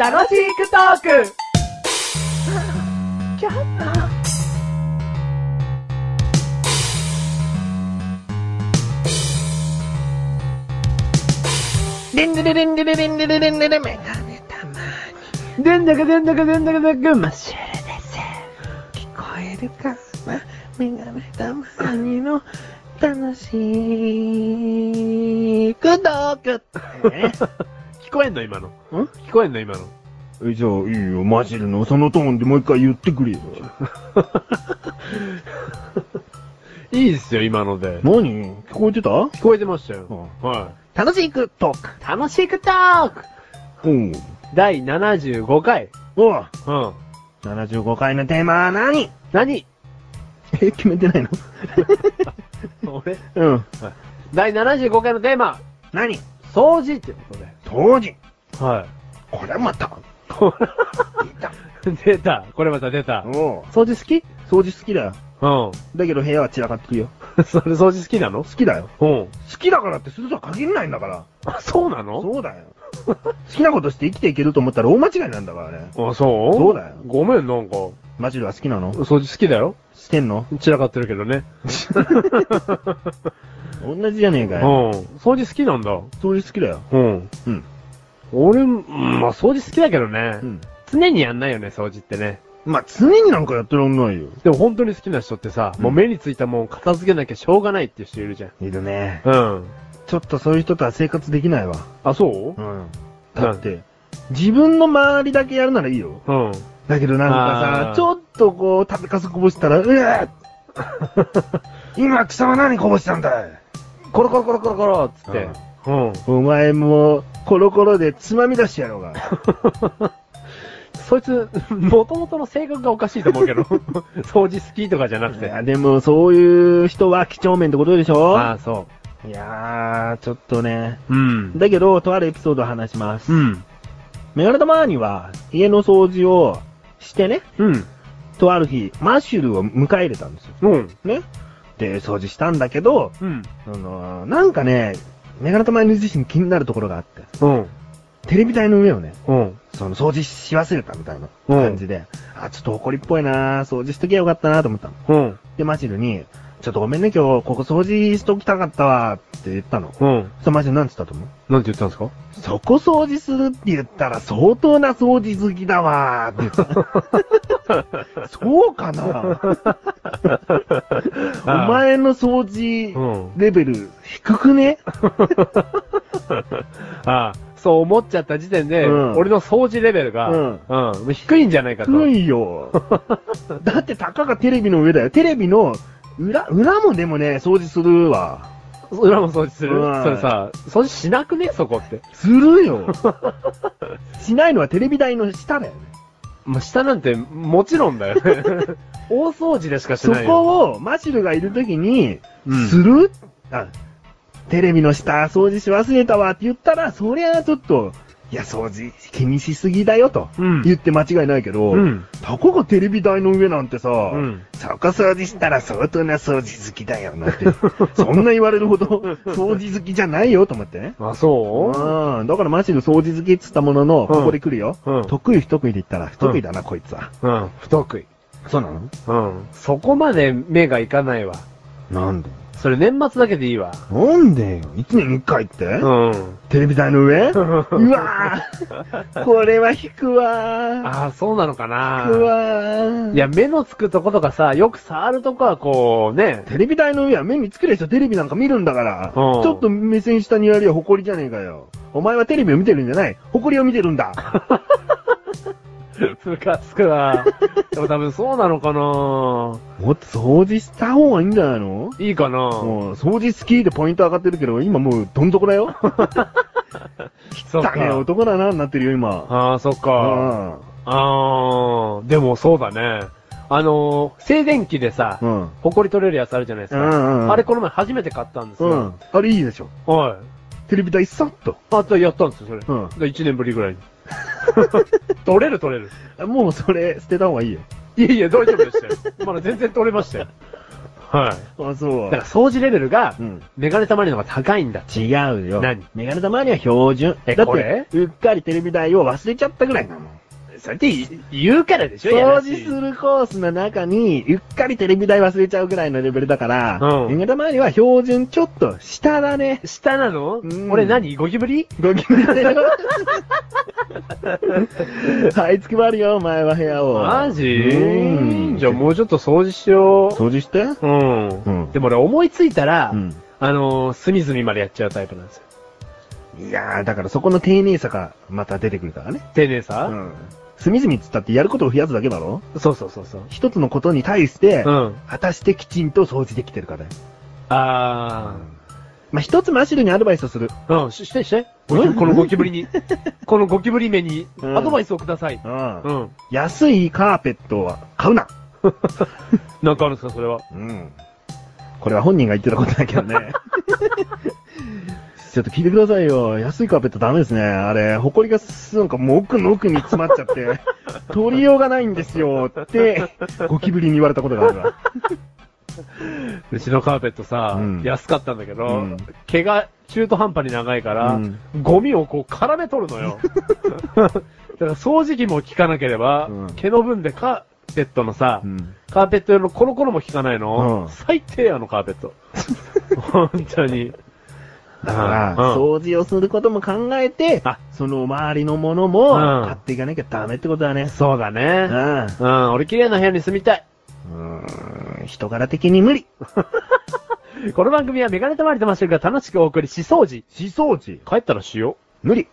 楽しくトークリンデレリンデレリンデレリンデレメガネたまでんだかでんだかでんだかでんだかマッシュルですに聞こえるかなメガネたまにの楽しいくどくね聞こえんの今のん聞こえんの今のえ、じゃあ、いいよ、マジルのそのトーンでもう一回言ってくれ よ。いいですよ今ので何聞こえてたう聞こえてましたよん。は楽しいくトークい楽しくトークうん。第75回おううん !75 回のテーマは何何え、決めてないの俺うん。第75回のテーマ何掃除ってことで当時。はこれまた。い 出たこれまた出たおう掃除好き掃除好きだよ。うんだけど部屋は散らかってるよ。 それ掃除好きなの好きだよ。うん。好きだからってするとは限らないんだから。あ、そうなのそうだよ。好きなことして生きていけると思ったら大間違いなんだからね。あ、そうそうだよごめん、なんか。マジルは好きなの掃除好きだよ。してんの散らかってるけどね。同じじゃねえかうんよ。。掃除好きなんだ。掃除好きだよ。うん。うん。俺、うんまあ掃除好きだけどね。うん。常にやんないよね、掃除ってね。まあ、常になんかやってらんないよ。でも本当に好きな人ってさ、うんもう目についたもん片付けなきゃしょうがないっていう人いるじゃん。いるね。うん。ちょっとそういう人とは生活できないわ。あ、そうん。だって、自分の周りだけやるならいいよ。ううん。だけどなんかあーさ、ちょっとこう、食べかすこぼしたら、うわ今、貴様何こぼしたんだいコロコロコロコロコロっつって。うん。お前も、コロコロでつまみ出してやろうが。そいつ、 もともとの性格がおかしいと思うけど。 掃除好きとかじゃなくいて。や、でも、そういう人は貴重面ってことでしょああ、そいやー、ちょっとね。う。うん。だけど、とあるエピソードを話します。うん。メガネ玉には、家の掃除をしてね、うん。とある日、マッシュルを迎え入れたんですよ。うん。ね。で、掃除したんだけど、うん。あのーなんかね、メガネとマイヌ自身気になるところがあって、うん。テレビ台の上をね、うん。その掃除し忘れたみたいな感じで、あ、ちょっと埃っぽいなー掃除しときゃよかったなと思ったの。うん。で、マシルに、ちょっとごめんね今日、ここ掃除しときたかったわーって言ったの。うん。そしたらマシルなんつったと思うなんて言ったんですかそこ掃除するって言ったら相当な掃除好きだわーって言った。そうかなお前の掃う除ん。レベル低くねああ、そう思っちゃった時点で、うん俺の掃除レベルが、うんうん。低いんじゃないかと。低いよ。 だってたかがテレビの上だよ。テレビの裏、裏もでもね、掃除するわ。裏も掃除する、うんそれさ、掃除しなくねそこって。す るよ。しないのはテレビ台の下だよね。まあ、下なんて、もちろん だよね。大掃除でしかしそないよ。こをマシルがいるときに、うんする、あ、テレビの下掃除し忘れたわって言ったら、そりゃちょっと、いや、掃除気にしすぎだよとうん言って間違いないけど、うん。たかがテレビ台の上なんてさ、んそこ掃除したら相当な掃除好きだよ なって、そんな言われるほど掃除好きじゃないよと思ってね。あ、そううん。だからマジで掃除好きっつったものの、んここで来るよ。うん得意不得意で言ったら不得意だな、こいつは。うん。不得意。そうなのうん。そこまで目がいかないわ。なんでそれ年末だけでいいわ。なんでよ。一年一回って、うん。テレビ台 の上うわあぁこれは引くわあ、そうなのかぁな引くわぁいや、目のつくとことかさ、よく触るとこはこう、 ね。テレビ台の上は目につくでしょ、テレビなんか見るんだから。ちうんょっと目線下にありゃ誇りじゃねえかよ。お前はテレビを見てるんじゃない誇りを見てるん だ。ムカつくな。でも多分そうなのかなもっと掃除した方がいいんじゃないのいいかなもう、掃除好きでポイント上がってるけど、今もうどん底だ よ。そっだか。ね男だな、なってるよ、今。ああ、そっうか。ん。ああ、でもそうだね。あのー、静電気でさ、うん。うんほこり取れるやつあるじゃないですうんか。うん。あれこの前初めて買ったんですうよ。ん。あれいいでしょ。はテレビ台さっと。い。あとやったんですよ、それ。うんで1年ぶりぐらいに。 取れる取れる。もうそれ捨てた方がいいよ。いやいや、大丈夫でしたよ。まだ全然取れましたよ。はい。あ、そだうから。掃除レベルがう、ん。メガネたまりの方が高いんだ。違うよ。何メガネたまには標準。えだっこれて、うっかりテレビ台を忘れちゃったぐらいなの。それって言うからでしょ掃除するコースの中に、うっかりテレビ台忘れちゃうぐらいのレベルだから、うんメガネたまには標準ちょっと下だね。下なのうん俺何ゴキブリゴキブリだよ。 はい、つき回るよ、お前は部屋を。マジうんじゃあもうちょっと掃除しよ掃除してう。うん。うんでも俺思いついたら、うん。あのー、隅々までやっちゃうタイプなんですよ。いやー、だからそこの丁寧さがまた出てくるからね。丁寧さ、うん。隅々っつったってやることを増やすだけだろそうそうそうそう。一つのことに対して、うん。果たしてきちんと掃除できてるかね。あまあ、一つマシルにアドバイスをする。ー。うん、ししてして。このゴキブリに、 このゴキブリ目にうんアドバイスをください。うんうん。安いカーペットは買うな。なんかあるんですか、それは。うん。これは本人が言ってたことだけどね。 ちょっと聞いてくださいよ。安いカーペットダメですね。あれ、埃がすなんかもう奥の奥に詰まっちゃって、 取りようがないんですよって、ゴキブリに言われたことがあるわ。うちのカーペットさ、うん安かったんだけど、うん毛が中途半端に長いから、うんゴミをこう絡め取るの よ。だから掃除機も効かなければ、うん毛の分でカーペットのさ、うん。カーペット用のコロコロも効かないの、うん最低あのカーペッ ト。本当に。だから、うん掃除をすることも考えてあ、その周りのものもうん買っていかなきゃダメってことだね。そうだうね。ん。うん、俺綺麗な部屋に住みたい。うーん人柄的に無理。この番組はメガネたまりとマッシュルが楽しくお送りし掃除。しそうじ。帰ったらしよう。無理。